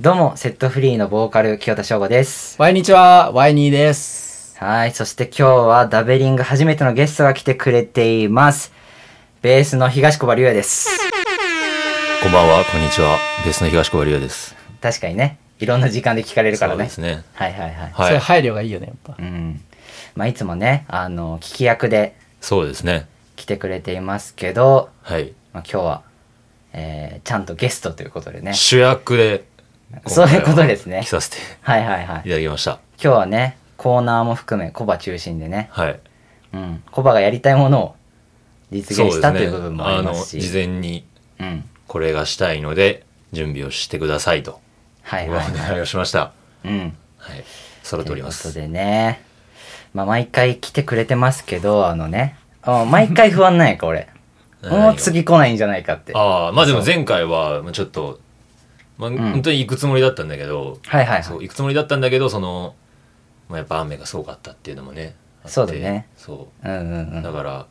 どうも、セットフリーのボーカル、清田翔吾です。ワイニチは、ワイニーです。はい、そして今日はダベリング初めてのゲストが来てくれています。ベースの東小葉龍也です。こんばんは、こんにちは。ベースの東小林優です。確かにね、いろんな時間で聞かれるからそうでね。すね。はいはいはい。そうはいうい。配慮がいいよね、やっぱ。うん。まあ、いつもね、あの、聞き役でそうですね。来てくれていますけど、はい。まあ、今日は、えー、ちゃんとゲストということでね。主役で、そういうことですね来させてはいはいはい。今いただきました。日はね、コーナーも含め、コバ中心でね、はい。うん、コバがやりたいものを実現したそとでいう部分もありますし。事前にうん。これがしたいので、準備をしてくださいと、はいおはい、願いをしました。うん。はい。揃っておりまというこ。すとでね、まあ、毎回来てくれてますけど、あのね、あ毎回不安 なんやか、俺。何もうを次来ないんじゃないかって。はいああ、まあでも前回は、ちょっと、まあ、本当に行くつもりだったんだけど、はいはい。そうそ行くつもりだったんだけどその、まあ、やっぱ雨がすごかったっていうのもねあってそうだね。そううんうんううんだから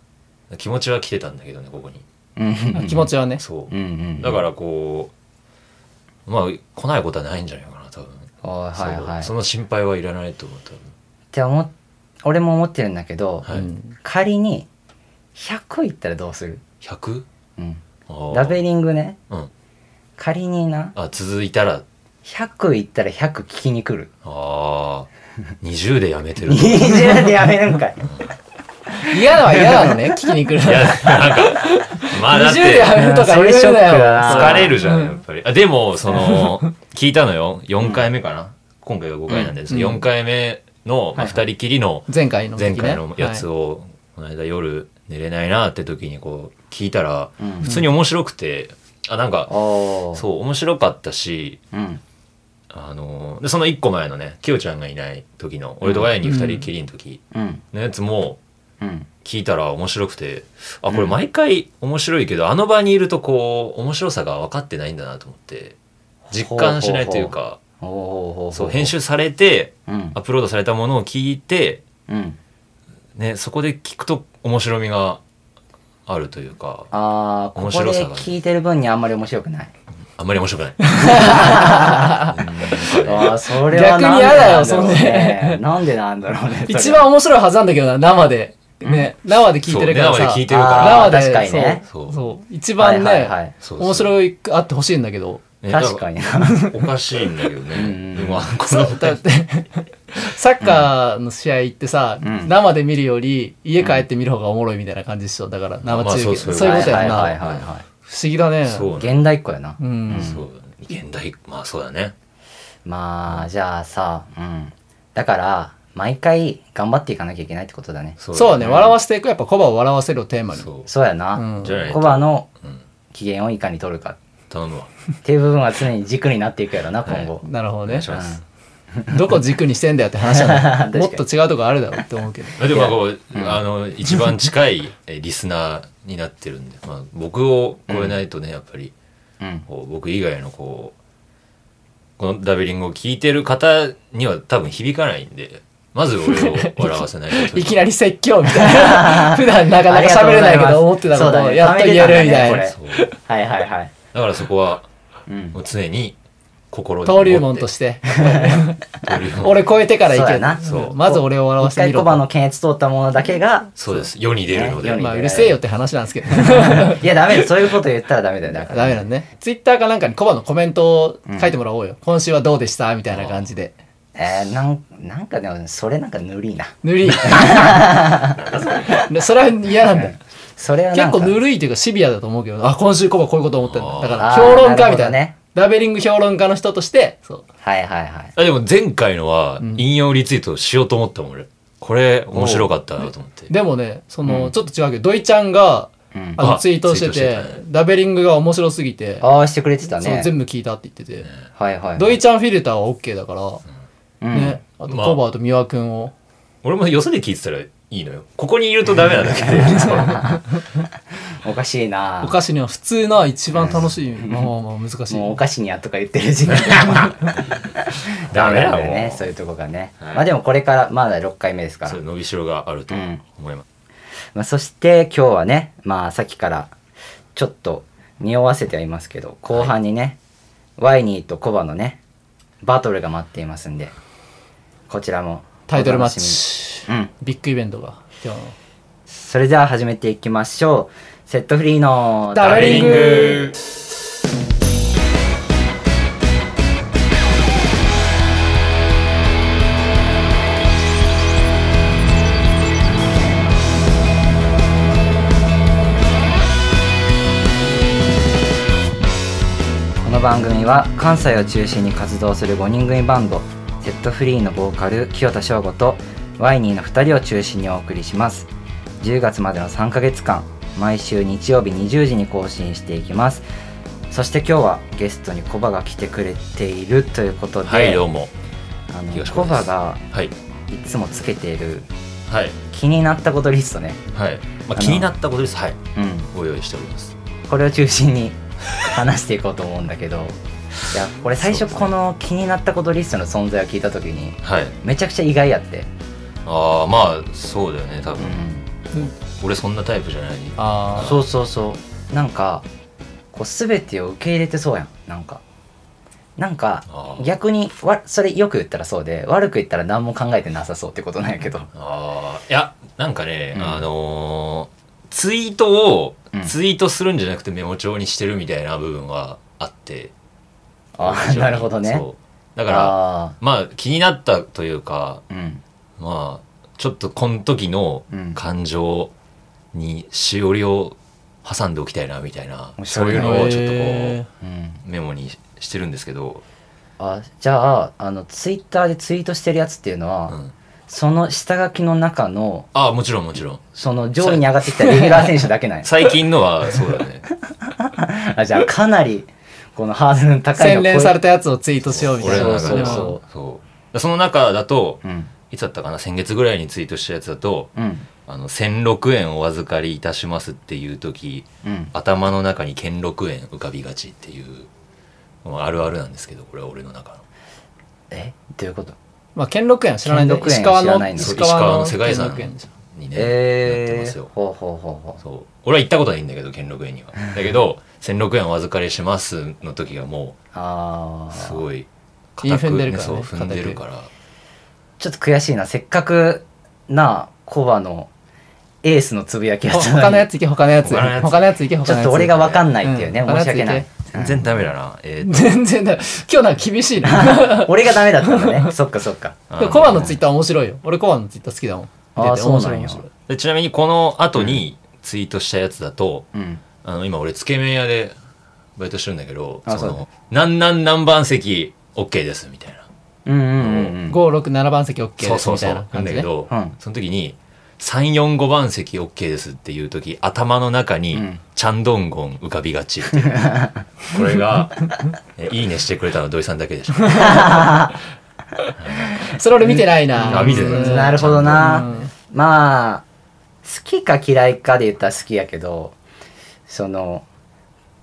気持ちは来てたんだけどねここにうんあ気持ちはね。そうんうんうん。うだからこうまあ来ないことはないんじゃないかな多分おいはいはい。そうそっの心配はいらないと思う多分て思っ、俺も思ってるんだけど、はいうん仮に100いったらどうする 100? うん。あーラベリングね、うん仮にな、あ続いたら100いったら100聞きに来る。あー20でやめ てるとい20でやめるんかい。嫌なは嫌なの ね、聞きに来るの。やなんかまあだ20ってでやめるとかそ言れうショックなだよ。な疲れるじゃんうんやっぱりあでもその聞いたのよ4回目かな、今回が5回なんです、うん4回目の、まあ、はいは2人きりの前回の時ね前回のやつはいを、この間夜寝れないなって時にこう聞いたらうん普通に面白くて、あなんかおー。そう面白かったしうん。あのでその1個前のねきよちゃんがいない時の俺とワイに2人きりの時うん。のやつもうん。聞いたら面白くてあこれ毎回面白いけど、あの場にいるとこう面白さが分かってないんだなと思って実感しないというかおーほうほうほうそう編集されてうんアップロードされたものを聞いて、うんね、そこで聞くと面白みがあるというかああこ面こ白でさがね聞いてる分にあんまり面白くないあんまり面白くない。ああそれは逆になんで嫌だなんだよろうそねなんでなんだろうねそれは一番面白いはずなんだけどな、生で。ね、生で聞いてるからそう生さ。で聞いてるからあー生確でかにねそ。そううそう一番はいはいはいね、そうそう面白いあってほしいんだけ ど。ね確かにな だからおかしいんだけどうんね。でもあこそうだってサッカーの試合行ってさ、うん生で見るより家帰って見る方がおもろいみたいな感じでしょだから生まあ中継、そそううそそうういうことやんな、はいはいはいは不思議だねの そういな現代っ子やなうんのそう現代まあそうだね。まあじゃあさうんだから毎回頑張っていかなきゃいけないってことだねそそうね笑わせていくやっぱコバを笑わせるをテーマにそうそうやうなんじゃないとコバのうん機嫌をいかに取るか頼むわ。っていう部分は常に軸になっていくやろな今後なるほどお願ねいします。どこ軸にしてんだよって話じゃ確なかいにもっと違うとこあるだろうって思うけどでもまあこうあの一番近い えリスナーになってるんで、まあ僕を超えないとねやっぱりうんこう僕以外のこうこのダベリングを聞いてる方には多分響かないんで、まず俺を笑わせない と。いきなり説教みたいな普段なかなか喋れないけど思ってたそこうとだをねやっと言えるみたいな、ためてそうはいはいはいだからそこはうんもう常に心に持って登竜門として登竜門俺超えてからいそうけやなそうまず俺を笑わ一せて回みろコバの検閲通ったものだけ がそうです世に出るのねで、世にまあうるせえよって話なんですけどいやダメだそういうこと言ったらダメだよだからダメなんね。ツイッターかなんかにコバのコメントを書いてもらおうよ。今週はどうでしたみたいな感じで。えー、なんなんかでもそれなんかぬるいな ぬるい。それは嫌なんだよ。それはな結んか構ぬるいというかシビアだと思うけど、あ、今週コバこういうこと思ってんだ。だからあー評論家みたなるほどいなね。ラベリング評論家の人として、そう。はいはいはいあでも前回のはん引用リツイートしようと思ったもん俺これ面白かったなと思ってでもね、その、ちょっと違うけど、ドイちゃんが、うんあの、あツイートしてツイてートしてたね、ラベリングが面白すぎて、ああしてくれてたそうね全部聞いたって言ってて、はいはいドイちゃんフィルターは OK だから、うんね、あとまあコバとミワ君を。俺もよそで聞いてたらいいのよここにいるとダメな だけでそうおかしいなお菓子には普通の一番楽しい、まあまあまあ難しい。もうお菓子にやとか言ってる 時点で ダダメメなんだだよもねうそういうとこがね、はいまあでもこれからまだ6回目ですからそういう伸びしろがあるとうん思います、まあ、そして今日はね、まあ、さっきからちょっと匂わせてはいますけど後半にね、ワイニーとコバのねバトルが待っていますんでこちらもタイトルマッお楽しチみにうんビッグイベントが今日のそれでは始めていきましょうセットフリーのダベリングこの番組は関西を中心に活動する5人組バンドセットフリーのボーカル清田翔吾とワイニーの2人を中心にお送りします10月までの3ヶ月間毎週日曜日20時に更新していきますそして今日はゲストにコバが来てくれているということで、はいどうもあの東ココババですがはいいつもつけているはい気になったことリストね、はい、まあのあ、気になったことですはいうん、ご用意しておりますこれを中心に話していこうと思うんだけどいやこれ最そう初ですねこの気になったことリストの存在を聞いた時にはいめちゃくちゃ意外やって、ああまあそうだよね多う分、ん、俺そんなタイプじゃないああそうそうそうなんかこう全てを受け入れてそうやんなんかなんかあー逆にわそれよく言ったらそうで悪く言ったら何も考えてなさそうってことなんやけどあーいやなんかね、うんあのーツイートをうんツイートするんじゃなくてメモ帳にしてるみたいな部分はあって、あー非常になるほどねそうだからあまあ気になったというかーうんまあちょっとこの時のうん感情にしおりを挟んでおきたいなみたいな、おしゃそうれいだうねのをちょっとこう、へうんメモにしてるんですけど、あじゃああのツイッターでツイートしてるやつっていうのは、うん、その下書きの中のああもちろんもちろんその上位に上がってきたレギュラー選手だけなんや最近のはそうだねあじゃあかなりこのハードルのー高いの洗練された、たやつをツイートしようみたい な俺のそ中うそうではそうでもそうその中だとうんいつだったかな先月ぐらいにツイートしたやつだとうんあの1006円お預かりいたしますっていう時うん、頭の中に兼六円浮かびがちっていうまああるあるなんですけどこれは俺の中のえどういうことまあ兼六園は知らないんで兼六園石川知らないのんだそう石石川川のの世界遺兼産六園でしょにね、なってえますー、よほうほうほうほうそう俺は行ったことないんだけど兼六園にはだけど1006円お預かりしますの時がもあうあすごい韻踏んでるねからねそう踏んでるからちょっと悔しいなせっかくなコバのエースのつぶやきやほったのに他のやつ行け他のやつ他のやつ他のやつ行け他のちやつょっと俺が分かんないっていうね、うん申し訳ない全然ダメだなえーっ と全然だよ今日なんか厳しいな俺がダメだったんだねそっかそっかあでもコバのツイッター面白いよ俺コバのツイッター好きだもんあー見ててそうなん面や白い面白いでちなみにこの後にツイートしたやつだと、うんあの今俺つけ麺屋でバイトしてるんだけどあそそうだの「なんなん何番席 OK です」みたいな、うんうんうんうん567番席 OK そうですそみうそたういなな感んだじねけど、うんその時に345番席 OK ですっていう時頭の中うにん「ちゃんどんごん浮かびがち」 っていうこれが「えいいね」してくれたのは土井さんだけで しょそれ俺見てないなあ見てないうんなるほどな、うんまあ好きか嫌いかで言ったら好きやけどその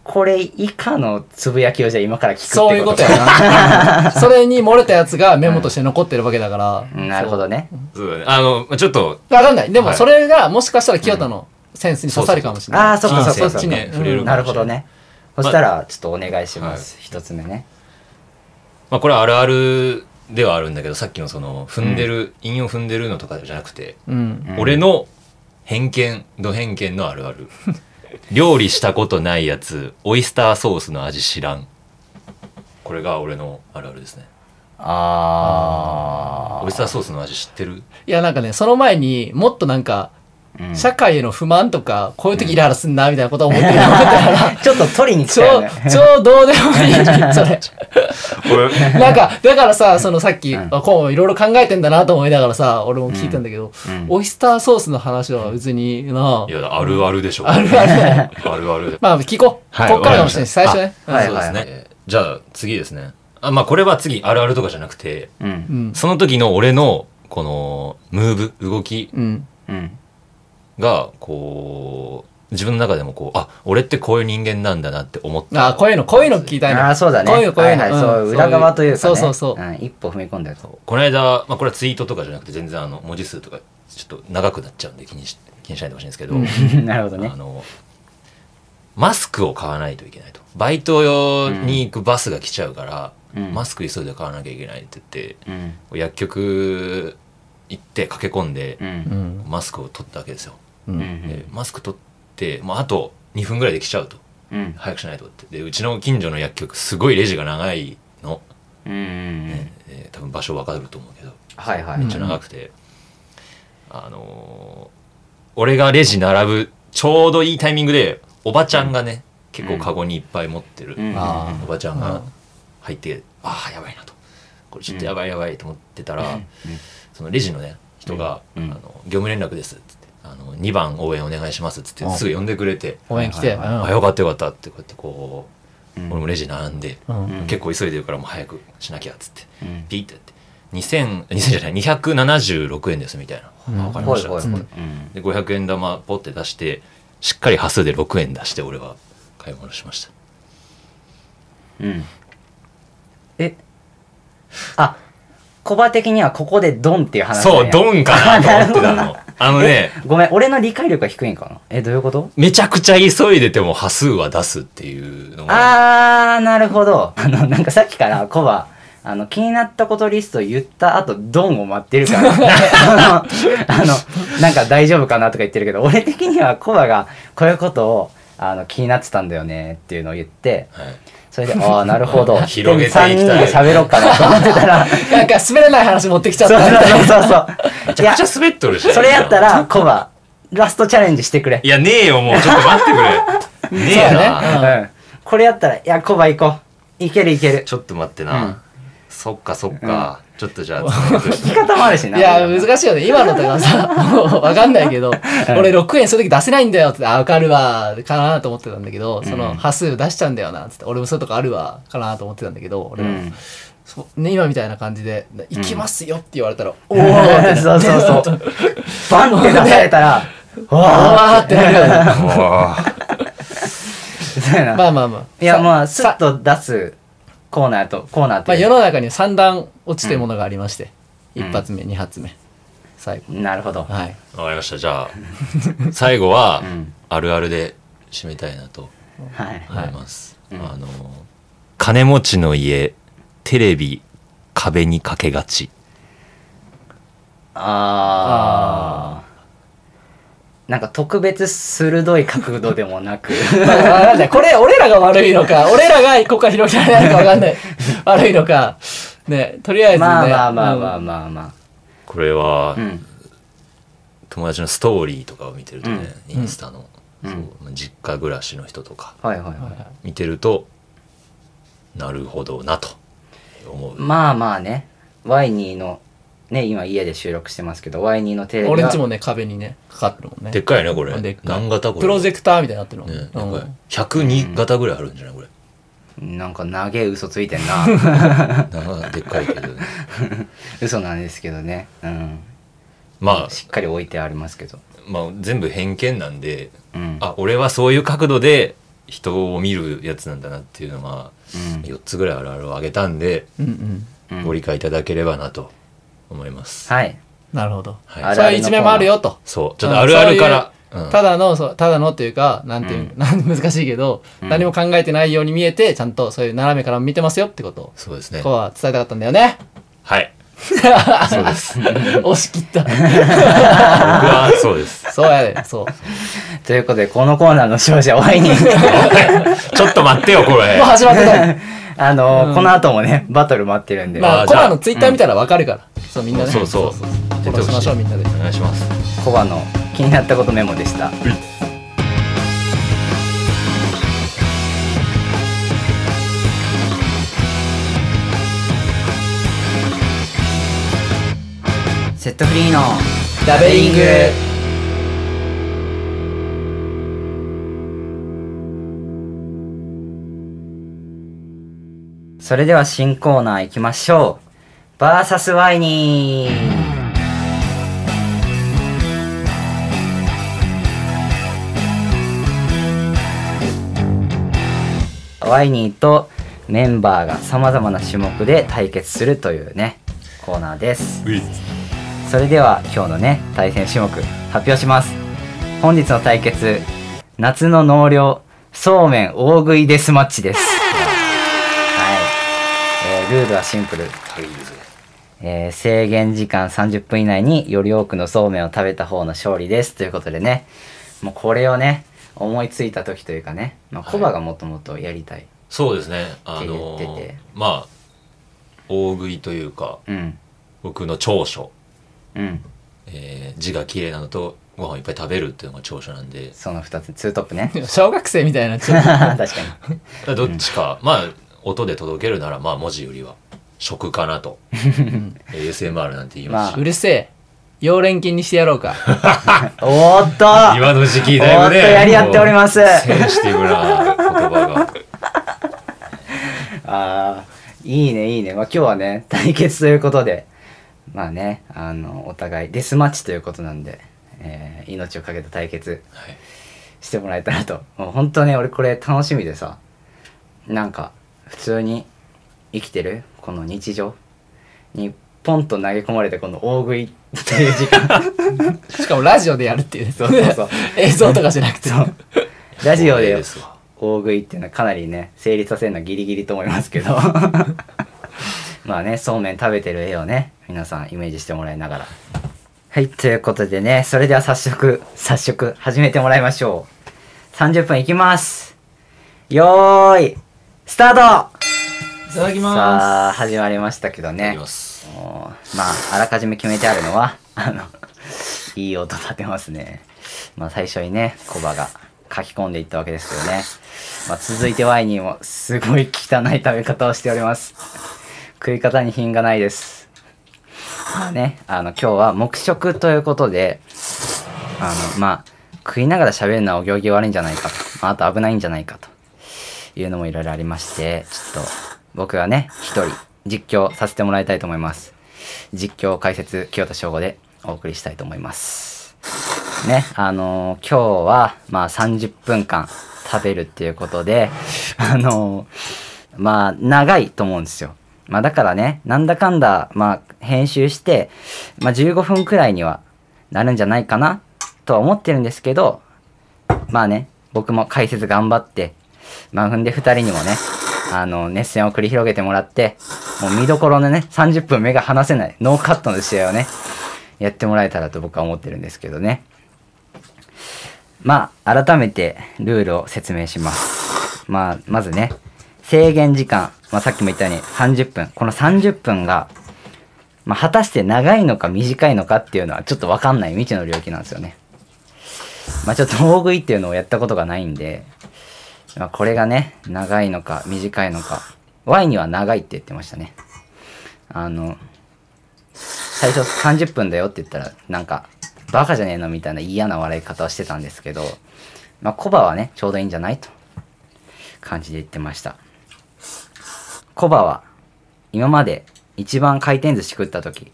これ以下のつぶやきをじゃあ今から聞くってことそういうことや なそれに漏れたやつがメモとして残ってるわけだから、うんなるほどねそうだねあのまあちょっと分かんないでもはいそれがもしかしたら清田のセンスに刺さるかもしれない、ああそっかそっかそっ人生か、にね触れるなかるもほしれどないねそしたらちょっとお願いします一、つ目ねまあ、これはあるあるではあるんだけどさっきのその踏んでる、韻を踏んでるのとかじゃなくて、うんうん俺の偏見ド偏見のあるあ る料理したことないやつオイスターソースの味知らんこれが俺のあるあるですねあオイスターソースの味知ってるいやなんかねその前にもっとなんかー、うんちょ社会への不満とかこういう時イライラすんなみたいなことを思ってる思ってたからっと取りに来 超たよね超どうでもいいそれ 俺なんか、だからさ、そのさっき、うんあこういろいろ考えてんだなと思いながらさ、俺も聞いたんだけど、うんオイスターソースの話は別にな、いやあるあるでしょあるあるだよ。あるあるでまあ、聞こう。はいこっからかもしれないし、最わか初りまね。あはいそうですね、はいえーじゃあ次ですねあまあこれは次あるあるとかじゃなくてううんん。その時の俺のこのムーブ動きうん。うんがこう自分の中でもこうあ俺ってこういう人間なんだなって思ったあこういうの、こういうの聞きたいあな。あそうだねこういうの、こういうの。はいはいんそう裏側というか、ね、そうそうそう。ん一歩踏み込んだやつこの間、まあ、これはツイートとかじゃなくて全然あの文字数とか ちょっと長くなっちゃうんで気にし気にしないでほしいんですけど、うんなるほどねあのマスクを買わないといけないとバイト用に行くバスが来ちゃうから、うんマスク急いで買わなきゃいけないって言ってうん薬局行って駆け込んでう、うんんマスクを取ったわけですよ、ううんうんんでマスク取ってもうあと2分ぐらいで来ちゃうとうん早くしないとってでうちの近所の薬局すごいレジが長いの、うんうんえー多分場所わかると思うけどはいはいめっちゃ長くて、あのー俺がレジ並ぶちょうどいいタイミングでおばちゃんがね、結構カゴにいっぱい持ってる、うんあおばちゃんうがん入って、ああやばいなとこれちょっとやばいやばいと思ってたら、うんそのレジのね人が、うんあの「業務連絡です」っつってあの「2番応援お願いします」っつってすぐ呼んでくれて応援来て、はいはいは「あよかったよかった」ってこうやってこう、うん俺もレジ並んで、うんうん結構急いでるからもう早くしなきゃっつってうんピーってやって2000 2000じゃない276円ですみたいな、うんあわかりまほいしたほいっつほっいて、うんで500円玉ポッて出してしっかり端数で6円出して俺は買い物しましたうんえあコバ的にはここでドンっていう話なんやそうドンかなと思ってたのあのねごめん俺の理解力が低いんかなえどういうことめちゃくちゃ急いでても端数は出すっていうのがあーなるほどあのなんかさっきからコバあの気になったことリスト言った後ドンを待ってる からあのあのなんか大丈夫かなとか言ってるけど俺的にはコバがこういうことをあの気になってたんだよねっていうのを言ってはいそれでああなるほど広げていきたい3人で喋ろうかなと思ってた らなんか滑らない話持ってきちゃっそうたみたいなそうそうそうそういめやっちゃ滑っとるしそれやったらコバラストチャレンジしてくれいやねえよもうちょっと待ってくれねえそうだな、ねうんうんこれやったらいやコバ行こういけるいけるちょっと待ってな、うんそっかそっか、ちょっとじゃあ続けて 聞き方もあるしないや、難しいよね。今のとかさ、もうわかんないけど、俺6円そういう時出せないんだよって、あ、わかるわ、かなと思ってたんだけど、その、端数出しちゃうんだよな、つって、俺もそういうとこあるわ、かなと思ってたんだけど、う俺は、んそうね、今みたいな感じで、行きますよって言われたら、おおー ーそうそう そう。バンって出されたら、わわーってなるよね。ーそうやな。まあまあまあ。いや、まあ、スさッと出すコーナーと、コーナーとまあい世うか。の中に3段落ちてるものがありまして、うん1発目2発目最後なるほど。はいわかりましたじゃあ最後は、うんあるあるで締めたいなとはい。思います、はいうんあの金持ちの家テレビ壁にかけがちあー。なんか特別鋭い角度でもなく。まあわかんないこれ俺らが悪いのか俺らがここが広げられないのか分かんない悪いのかねとりあえずねまあまあまあまあうんまあまこれは、あ。うん。友達のストーリーとかを見てるとね、うんインスタの、うんそうまあ実家暮らしの人とかはいはいはいははい見てるとなるほどなと思う、い。まあまあね。ワイニーの、ね、今家で収録してますけど、ワイニーのテレビは。俺んちもね壁にねかかってるもんねでっかいねこれでっかい何型これプロジェクターみたいになってるの、ねうなんんか102型ぐらいあるんじゃないこ れなんか長え嘘ついてんな。なでっかいけどね嘘なんですけどね。うん。まあしっかり置いてありますけど。まあ全部偏見なんでうん。あ俺はそういう角度で人を見るやつなんだなっていうのがうん4つぐらいあるあるを挙げたんでうんうんうんご理解いただければなと思います、はい。なるほどはいあるそういう一面もあるよとそうちょっとあるあるから、うんうんただのそうただのっていうかなんていう、う難しいけど、うん何も考えてないように見えてちゃんとそういう斜めからも見てますよってことをそうですねこうは伝えたかったんだよねはいそうです僕押し切った。はそうですそうやで、そう。ということで、このコーナーの勝者、ワイニー。ちょっと待ってよこれもう 始まってたもん。あのーうんこの後もね、バトル待ってるんで、まああ、じコゃあラのツイッター見たらわかるから。そう、みんなね。そうそうフォローしましょう、みんなで。お願いしますコバの気になったことメモでした。セットフリーのダベリング。それでは新コーナー行きましょう。バーサスワイニー。ワイニーとメンバーがさまざまな種目で対決するというねコーナーですそれでは今日のね対戦種目発表します本日の対決夏の納涼そうめん大食いデスマッチです。はい。えールールはシンプル。限りですねえー制限時間30分以内により多くのそうめんを食べた方の勝利ですということでねもうこれをね思いついた時というかね、まあ、はいコバがもともとやりたい、そうですねあっのて言っててまあ大食いというかうん僕の長所、うんえー字が綺麗なのとご飯いっぱい食べるっていうのが長所なんでその2つツートッ プね小学生みたいな ちょっと確かにだからどっちか、まあ音で届けるならまあ文字よりは食かな と ASMR なんて言いますし、うるせえ溶連菌にしてやろうかおーっと今の時期だいぶおーっねとやり合っておりますもうセンシティブな言葉が あーいいねいいね、まあ、今日はね 対決ということでまあねあのお互いデスマッチということなんで、えー命を懸けた対決はいしてもらえたらともう本当ね俺これ楽しみでさなんか普通に生きてるこの日常にポンと投げ込まれてこの大食いっていう時間しかもラジオでやるっていうねそうそうそう 映像とかじゃなくてそうラジオ光栄でですわ大食いっていうのはかなりね成立させるのはギリギリと思いますけどまあねそうめん食べてる絵をね皆さんイメージしてもらいながらはいということでねそれでは早速早速始めてもらいましょう30分いきますよーいスタートただきさあ始まりましたけどやねりますもうまああらかじめ決めてあるのはあのいい音立てますねまあ最初にねコバが書き込んでいったわけですけどね、まあ、続いてワイニーもすごい汚い食べ方をしております食い方に品がないですまあねあの今日は黙食ということであのまあ食いながら喋るのはお行儀悪いんじゃないかと、まあ、あと危ないんじゃないかというのもいろいろありましてちょっと僕はね一人実況させてもらいたいと思います実況解説清田翔吾でお送りしたいと思いますねあのー今日はまあ30分間食べるっていうことであのーまあ長いと思うんですよまあだからねなんだかんだまあ編集してまあ15分くらいにはなるんじゃないかなとは思ってるんですけどまあね、僕も解説頑張って、まあ、踏んで2人にもね、あの、熱戦を繰り広げてもらって、もう見どころのね、30分目が離せない、ノーカットの試合をね、やってもらえたらと僕は思ってるんですけどね。まあ、改めてルールを説明します。まあ、まずね、制限時間、まあ、さっきも言ったように30分。この30分が、まあ、果たして長いのか短いのかっていうのはちょっとわかんない未知の領域なんですよね。まあちょっと大食いっていうのをやったことがないんで、まあ、これがね、長いのか短いのか。Y には長いって言ってましたね。あの、最初30分だよって言ったら、なんか、バカじゃねえのみたいな嫌な笑い方をしてたんですけど、まあコバはね、ちょうどいいんじゃないと感じで言ってました。コバは、今まで一番回転寿司食った時、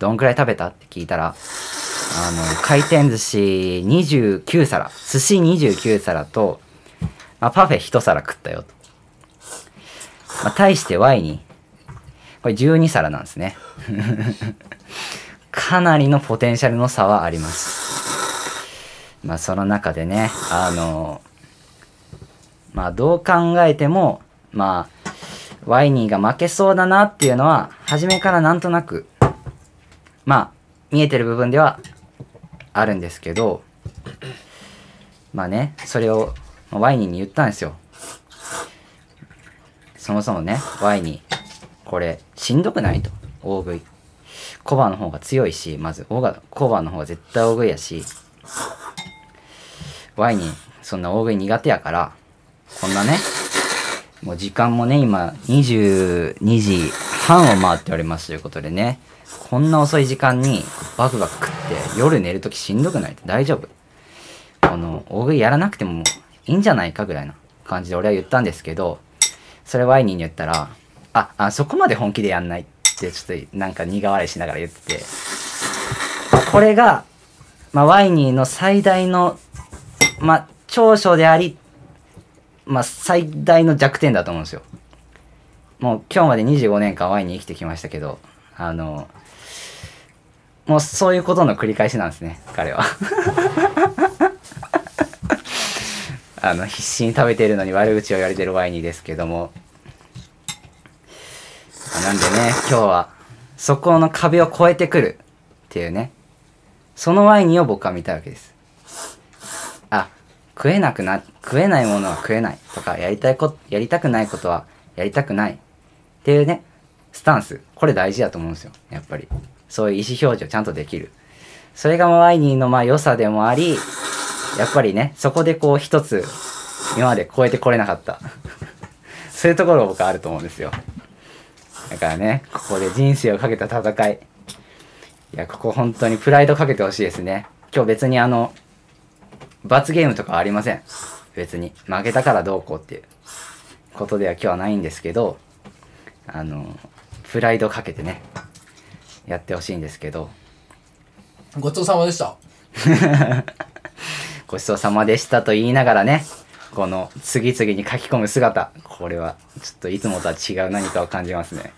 どんくらい食べたって聞いたら、あの回転寿司29皿寿司29皿と、まあ、パフェ1皿食ったよと、まあ、対して Y にこれ12皿なんですね かなりのポテンシャルの差はありますまあその中でねあのまあどう考えてもまあワイニーが負けそうだなっていうのは初めからなんとなくまあ見えてる部分ではあるんですけどまあねそれをまあワイニーに言ったんですよそもそもねワイニーこれしんどくないと大食いコバの方が強いしまずオガコバの方が絶対大食いやしワイニーそんな大食い苦手やからこんなねもう時間もね、今、22時半を回っておりますということでね、こんな遅い時間にバクバク食って、夜寝るときしんどくないって大丈夫。この、大食いやらなくてもいいんじゃないかぐらいな感じで俺は言ったんですけど、それワイニーに言ったら、あ、あ、そこまで本気でやんないって、ちょっとなんか苦笑いしながら言ってて、これが、まあ、ワイニーの最大の、まあ、長所であり、まあ、最大の弱点だと思うんですよ。もう今日まで25年間ワインに生きてきましたけど、あの、もうそういうことの繰り返しなんですね、彼は。あ あの必死に食べてるのに悪口を言われてるワイニーですけどもあなんでね今日はそこの壁を越えてくるっていうねそのワイニーを僕は見たいわけですあ食えなくな食えないものは食えないとかやりたいこやりたくないことはやりたくないっていうねスタンスこれ大事だと思うんですよやっぱりそういう意思表示をちゃんとできるそれがまあワイニーのまあ良さでもありやっぱりねそこでこう一つ今まで超えてこれなかった そういうところが僕はあると思うんですよだからねここで人生をかけた戦いいやここ本当にプライドかけてほしいですね今日別にあの罰ゲームとかはありません別に負けたからどうこうっていうことでは今日はないんですけどあのプライドかけてねやってほしいんですけどごちそうさまでしたごちそうさまでしたと言いながらねこの次々に書き込む姿これはちょっといつもとは違う何かを感じますね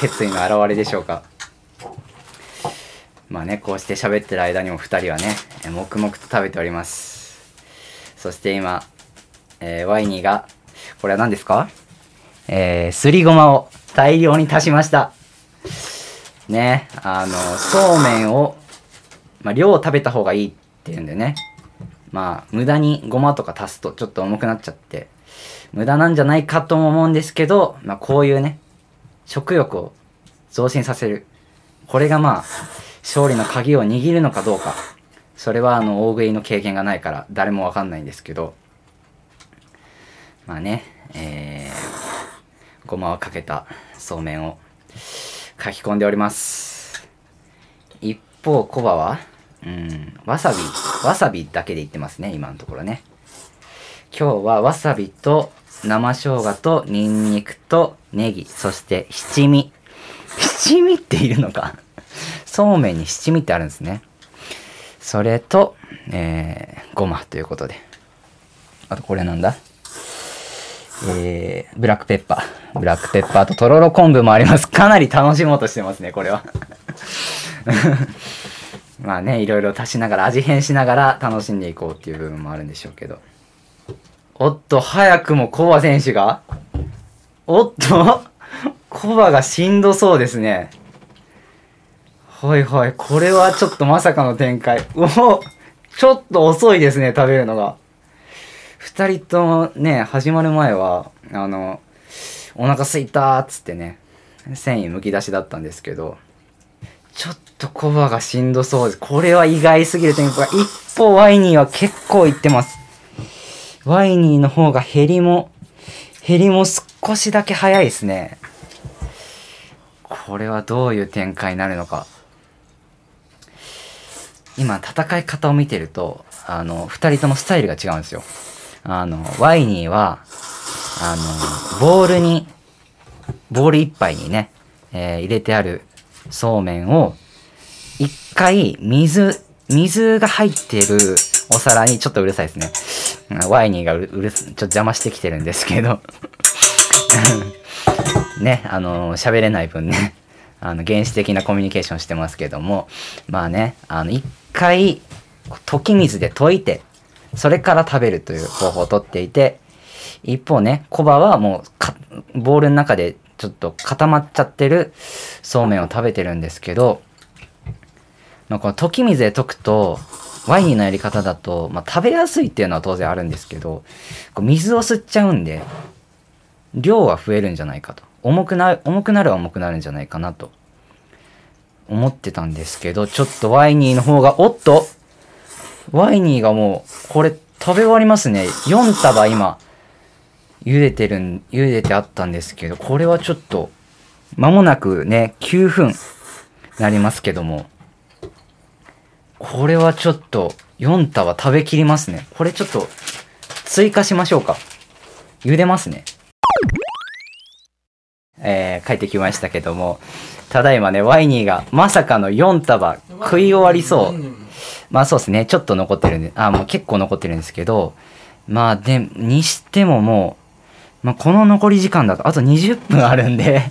決意の表れでしょうかまあねこうして喋ってる間にも2人はねえ黙々と食べておりますそして今、えーワイニーがこれは何ですかえーすりごまを大量に足しましたねあのそうめんをまあ、量を食べた方がいいっていうんでねまあ無駄にごまとか足すとちょっと重くなっちゃって無駄なんじゃないかとも思うんですけど、まあ、こういうね食欲を増進させるこれがまあ勝利の鍵を握るのかどうかそれはあの大食いの経験がないから誰もわかんないんですけどまあねえー、ごまをかけたそうめんを書き込んでおります一方コバはうんわさびわさびだけでいってますね今のところね今日はわさびと生生姜とニンニクとネギそして七味七味っているのかそうめんに七味ってあるんですねそれとえー、ごまということであとこれなんだえー、ブラックペッパー。ブラックペッパーととろろ昆布もあります。かなり楽しもうとしてますね、これは。まあね、いろいろ足しながら、味変しながら楽しんでいこうっていう部分もあるんでしょうけど。おっと、早くもコバ選手がおっと、コバがしんどそうですね。はいはい、これはちょっとまさかの展開。おおちょっと遅いですね、食べるのが。2人ともね始まる前はあのお腹すいたーっつってね繊維むき出しだったんですけどちょっとコバがしんどそうですこれは意外すぎる展開一方ワイニーは結構いってますワイニーの方が減りも減りも少しだけ早いですねこれはどういう展開になるのか今戦い方を見てるとあの2人ともスタイルが違うんですよあのワイニーはあのボールにボール1杯にね、えー入れてあるそうめんを1回水水が入ってるお皿にちょっとうるさいですねワイニーがうるうるすちょっと邪魔してきてるんですけど ねあの喋れない分ねあの原始的なコミュニケーションしてますけどもまあねあの一回溶き水で溶いてそれから食べるという方法をとっていて一方ねコバはもうかボールの中でちょっと固まっちゃってるそうめんを食べてるんですけど、まあ、この溶き水で溶くとワイニーのやり方だと、まあ、食べやすいっていうのは当然あるんですけどこう水を吸っちゃうんで量は増えるんじゃないかと重くな重くなるは重くなるんじゃないかなと思ってたんですけどちょっとワイニーの方がおっとワイニーがもうこれ食べ終わりますね4束今茹でてるん茹でてあったんですけどこれはちょっと間もなくね9分なりますけどもこれはちょっと4束食べきりますねこれちょっと追加しましょうか茹でますねえー帰ってきましたけどもただいまねワイニーがまさかの4束食い終わりそうまあそうですねちょっと残ってるんであもう結構残ってるんですけどまあでにしてももう、まあ、この残り時間だとあと20分あるんで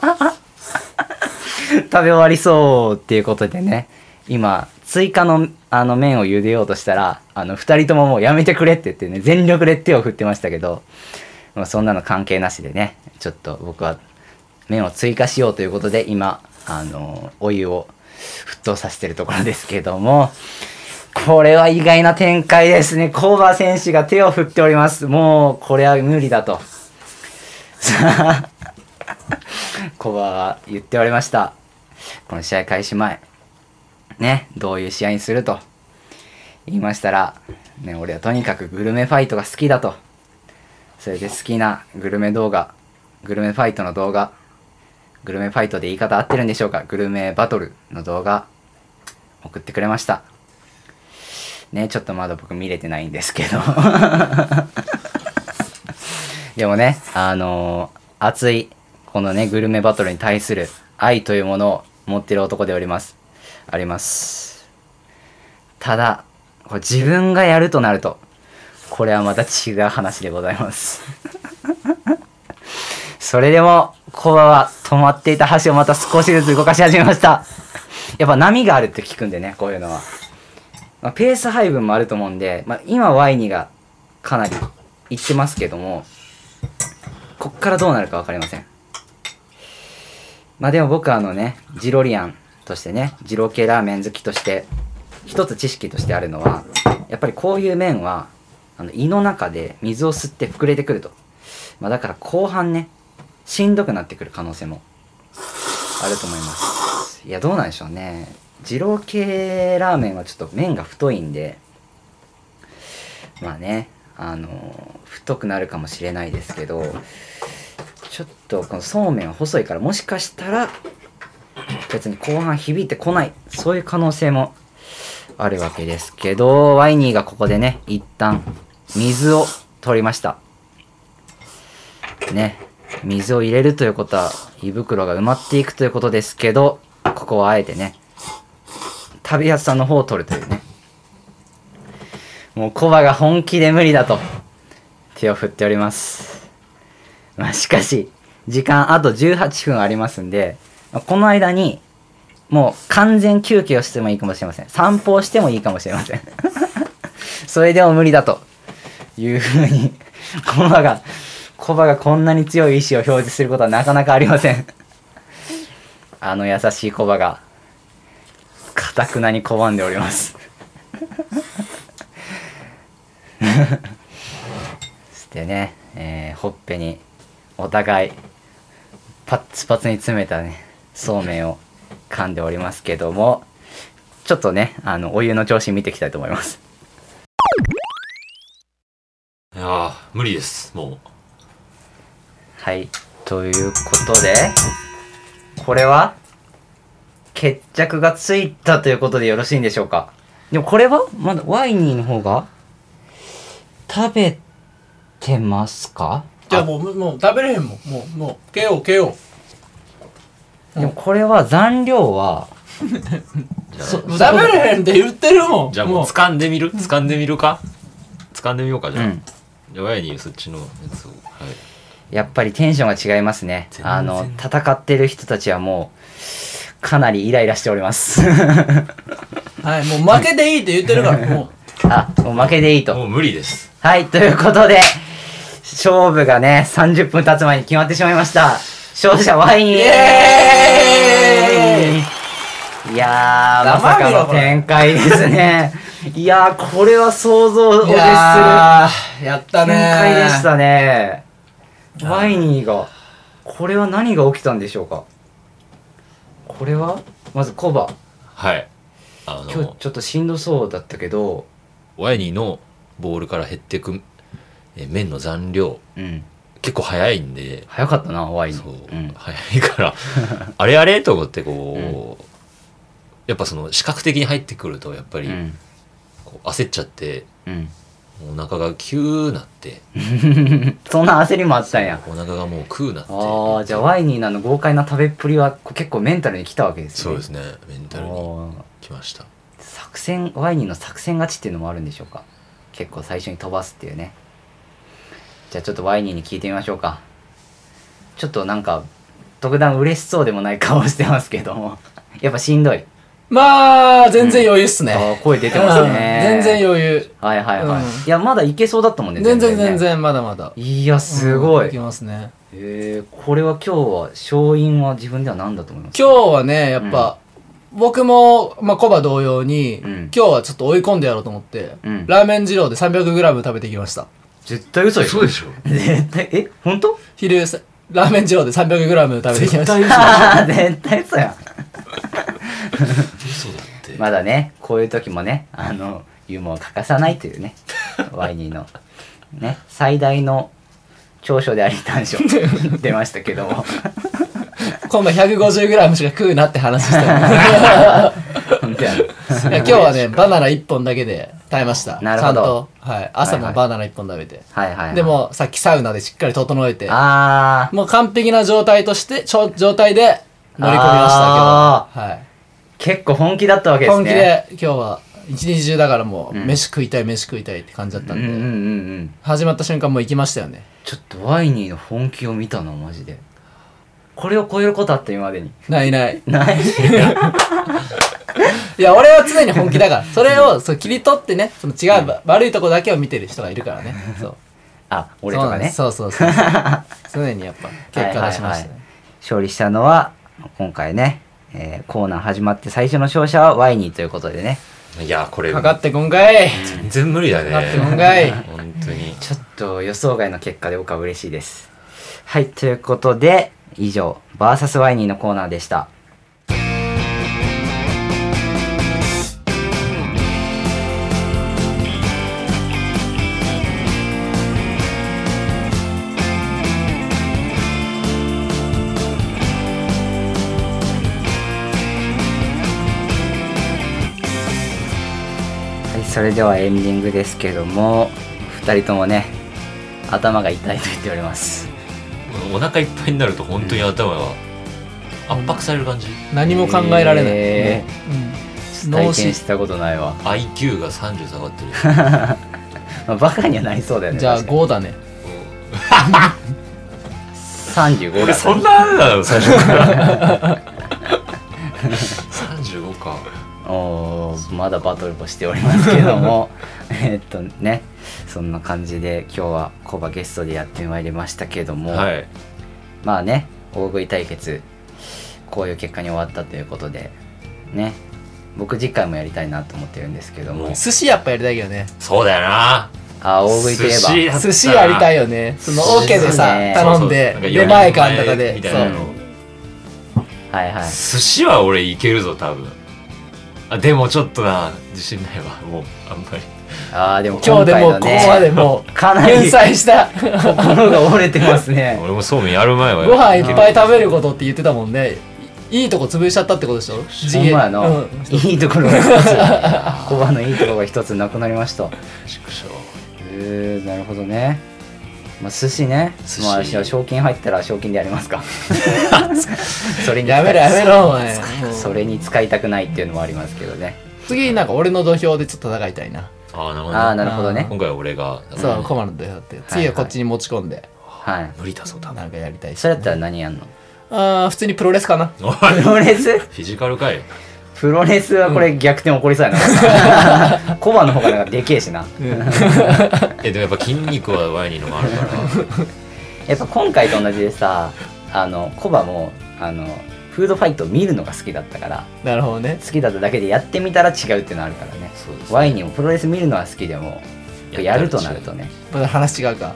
食べ終わりそうっていうことでね今追加のあの麺を茹でようとしたらあの2人とももうやめてくれって言ってね全力で手を振ってましたけど、まあ、そんなの関係なしでねちょっと僕は麺を追加しようということで今あのお湯を沸騰させてるところですけどもこれは意外な展開ですねコーバー選手が手を振っておりますもうこれは無理だと さあコバは言っておりましたこの試合開始前ねどういう試合にすると言いましたら、ね、俺はとにかくグルメファイトが好きだとそれで好きなグルメ動画グルメファイトの動画グルメファイトで言い方合ってるんでしょうかグルメバトルの動画送ってくれましたねちょっとまだ僕見れてないんですけど でもねあのー熱いこのねグルメバトルに対する愛というものを持ってる男でおりますありますただこれ自分がやるとなるとこれはまた違う話でございます それでもコバは止まっていた橋をまた少しずつ動かし始めましたやっぱ波があるって聞くんでねこういうのは、まあペース配分もあると思うんで、まあ、今ワイニがかなりいってますけどもこっからどうなるか分かりませんまあでも僕はあのねジロリアンとしてねジロ系ラーメン好きとして一つ知識としてあるのはやっぱりこういう麺はあの胃の中で水を吸って膨れてくると、まあ、だから後半ねしんどくなってくる可能性もあると思いますいやどうなんでしょうね二郎系ラーメンはちょっと麺が太いんでまあねあの太くなるかもしれないですけどちょっとこのそうめんは細いからもしかしたら別に後半響いてこないそういう可能性もあるわけですけどワイニーがここでね一旦水を取りましたね水を入れるということは胃袋が埋まっていくということですけどここはあえてね旅屋さんの方を取るというねもうコバが本気で無理だと手を振っておりますまあしかし時間あと18分ありますんでまあこの間にもう完全休憩をしてもいいかもしれません散歩をしてもいいかもしれません それでも無理だというふうにコバがコバがこんなに強い意志を表示することはなかなかありませんあの優しいコバがかたくなに拒んでおります そしてね、えーほっぺにお互いパッツパツに詰めたねそうめんを噛んでおりますけどもちょっとねあのお湯の調子見ていきたいと思いますいやー無理ですもはいということでこれは決着がついたということでよろしいんでしょうかでもこれはまだワイニーの方が食べてますかじゃあもうもう食べれへんもんもうもうけようけよでもこれは残量はうじゃあう食べれへんって言ってるもんじゃあもうう掴んでみる掴んでみるか掴んでみようかじうゃあ、んじゃあワイにそっちのやつをはいやっぱりテンションが違いますね全然あの戦ってる人たちはもうかなりイライラしております はいもう負けていいって言ってるからもあもう負けでいいともう無理ですはい、ということで、勝負がね、30分経つ前に決まってしまいました。勝者ワインうイエーイいやー、まさ生か身だのこれ展開です ね。いやー、これは想像をい絶するやーやった展ねー開でしたね。ワイニーが、これは何が起きたんでしょうかこれはまずコバ、はいあ今日のちょっとしんどそうだったけど、ワイニのボールから減ってくえ麺の残量うん、結構早いんで早かったな、ワイニー。そう、ん早いから あれあれと思ってこう、やっぱその視覚的に入ってくるとやっぱうりんこう焦っちゃってうんお腹がキューなってそんな焦りもあったんや。お腹がもうクーなってああ、じゃあワイニーなの豪快な食べっぷりはこう結構メンタルに来たわけですそうね。ですねメンタルにおーきました作戦、ワイニーの作戦勝ちっていうのもあるんでしょうか結構最初に飛ばすっていうね。じゃあちょっとワイニーに聞いてみましょうか。 ちょっとなんか、特段嬉しそうでもない顔してますけども。やっぱしんどい。まあ、全然余裕っすね。あー声出てます ねうん全然余裕。はいはいはい、うんいやまだいけそうだったもんね全然ね全然、まだまだ。いやすごい、うんいきますね。えー、これは今日は勝因は自分では何だと思います今日はね、やっぱ、僕も、まあ、コバ同様に、うん今日はちょっと追い込んでやろうと思って、うんラーメン二郎で 300g 食べてきました。絶対嘘でしょそうでしょ絶対え本当昼、さラーメン二郎で 300g 食べてきました。あー 絶対嘘や嘘だって、んまだねこういう時もねあのユーモアを欠かさないというねワイニーのね最大の長所であり短所出ましたけども今度 150g しか食うなって話 したの本当やねいや今日はね、バナナ1本だけで耐えました。なるほどちゃんと。はい。朝はいはもいバナナ1本食べて。はいはい、はい、でも、さっきサウナでしっかり整えて、ああもう完璧な状態として、ちょ状態で乗り込みました、今日あは。はい。結構本気だったわけですね本気で今日は一日中だからもううん飯食いたい飯食いたいって感じだったうんんうで、んうんうん始まった瞬間もう行きましたよねちょっとワイニーの本気を見たなマジでこれを超えることあった今までにないないない いや俺は常に本気だからそれをそう切り取ってねその違う、悪いとこだけを見てる人がいるからねそうあ俺とかねそうなんですそうそうそう常にやっぱ結果出しはいはいましたね、はい勝利したのは今回ね、えーコーナー始まって最初の勝者はワイニーということでね いやこれかかって今回全然無理だねかかってもんかい本当にちょっと予想外の結果で僕は嬉しいですはいということで以上 VS ワイニーのコーナーでしたはい、それではエンディングですけども2人ともね頭が痛いと言っておりますお腹いっぱいになると本当に頭が圧迫される感じ、何も考えられない、えうん体脳験死したことないわ、 IQ が30下がってる まあ、バカにはなりそうだよねじゃあ確かに5だね35俺だそんなあれなの最初から35かおーまだバトルもしておりますけども えっとねそんな感じで今日はコバゲストでやってまいりましたけども、はいまあね大食い対決こういう結果に終わったということでね僕次回もやりたいなと思ってるんですけどももう寿司やっぱやりたいけどねそうだよなあ大食いといえば寿司やった寿司やりたいよねそのオーケーでさ寿司ね頼んでそうそう出前館とかみでたいそなうのはいはい寿司は俺いけるぞ多分あでもちょっとな自信ないわもうあんまりあーでも今日今で回もうのここまでねも うかなり返済 した心が折れてますね 俺もそうめんやる前はご飯いっぱい食べることって言ってたもんねいいとこ潰しちゃったってことでしょほんまやな、うんいいところが一つコバのいいところが一つなくなりました縮小えー、なるほどね。まあ、寿司ね。寿ま司あ、私は賞金入ったら賞金でやります か。それに使いやめろやめろお前それに使いたくないっていうのもありますけどね。次なんか俺の土俵でちょっと戦いたいなああなるほどああ、なねるほどね。今回は俺がだからそうコマの土俵って次はこっちに持ち込んではい。無理だぞ多分なんかやりたいしそれやったら何やんのあー普通にプロレスかなおいプロレスフィジカルかいプロレスはこれ逆転起こりそうやな。 コバの方がなんかでけえしな。えでもやっぱ筋肉はワイニーのもあるからやっぱ今回と同じでさ、あの、コバも、あの、フードファイトを見るのが好きだったから、なるほどね好きだっただけでやってみたら違うっていうのあるからね。そうですねワインもプロレス見るのは好きでも、やるとなるとね。まだ話違うか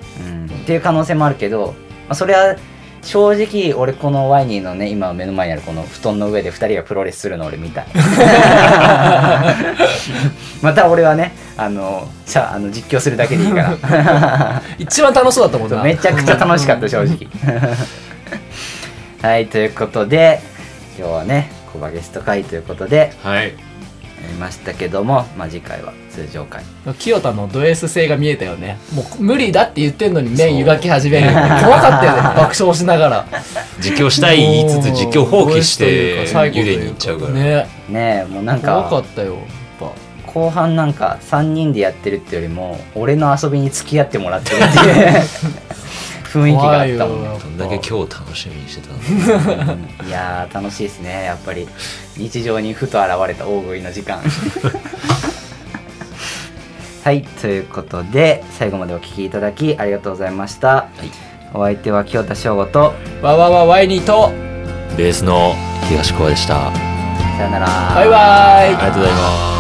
っていう可能性もあるけど、まあ、それは正直俺このワイニーのね今目の前にあるこの布団の上で2人がプロレスするの俺見たいまた俺はねあのじゃああの実況するだけでいいから一番楽しそうだったもんなめちゃくちゃ楽しかった正直はいということで今日はねコバゲスト会ということで はいやりましたけども、まあ、次回は通常回清田のド S 性が見えたよねもう無理だって言ってんのに麺湯がき始めるよね怖か ったよね爆笑しながら実況したい言いつつ実況放棄しもうてド S というか最後ゆとでいうかに行っちゃうから、ねねえもうなん怖かかったよやっぱ後半なんか3人でやってるってよりも俺の遊びに付き合ってもらってるっていう雰雰囲気があったもんね怖いよどんだけ今日楽しみにしてたの いやー楽しいですねやっぱり日常にふと現れた大食いの時間 はいということで最後までお聞きいただきありがとうございました、お相手は清田翔吾とわわわわいにとベースの東川でしたあさよならバイバイりがとうございます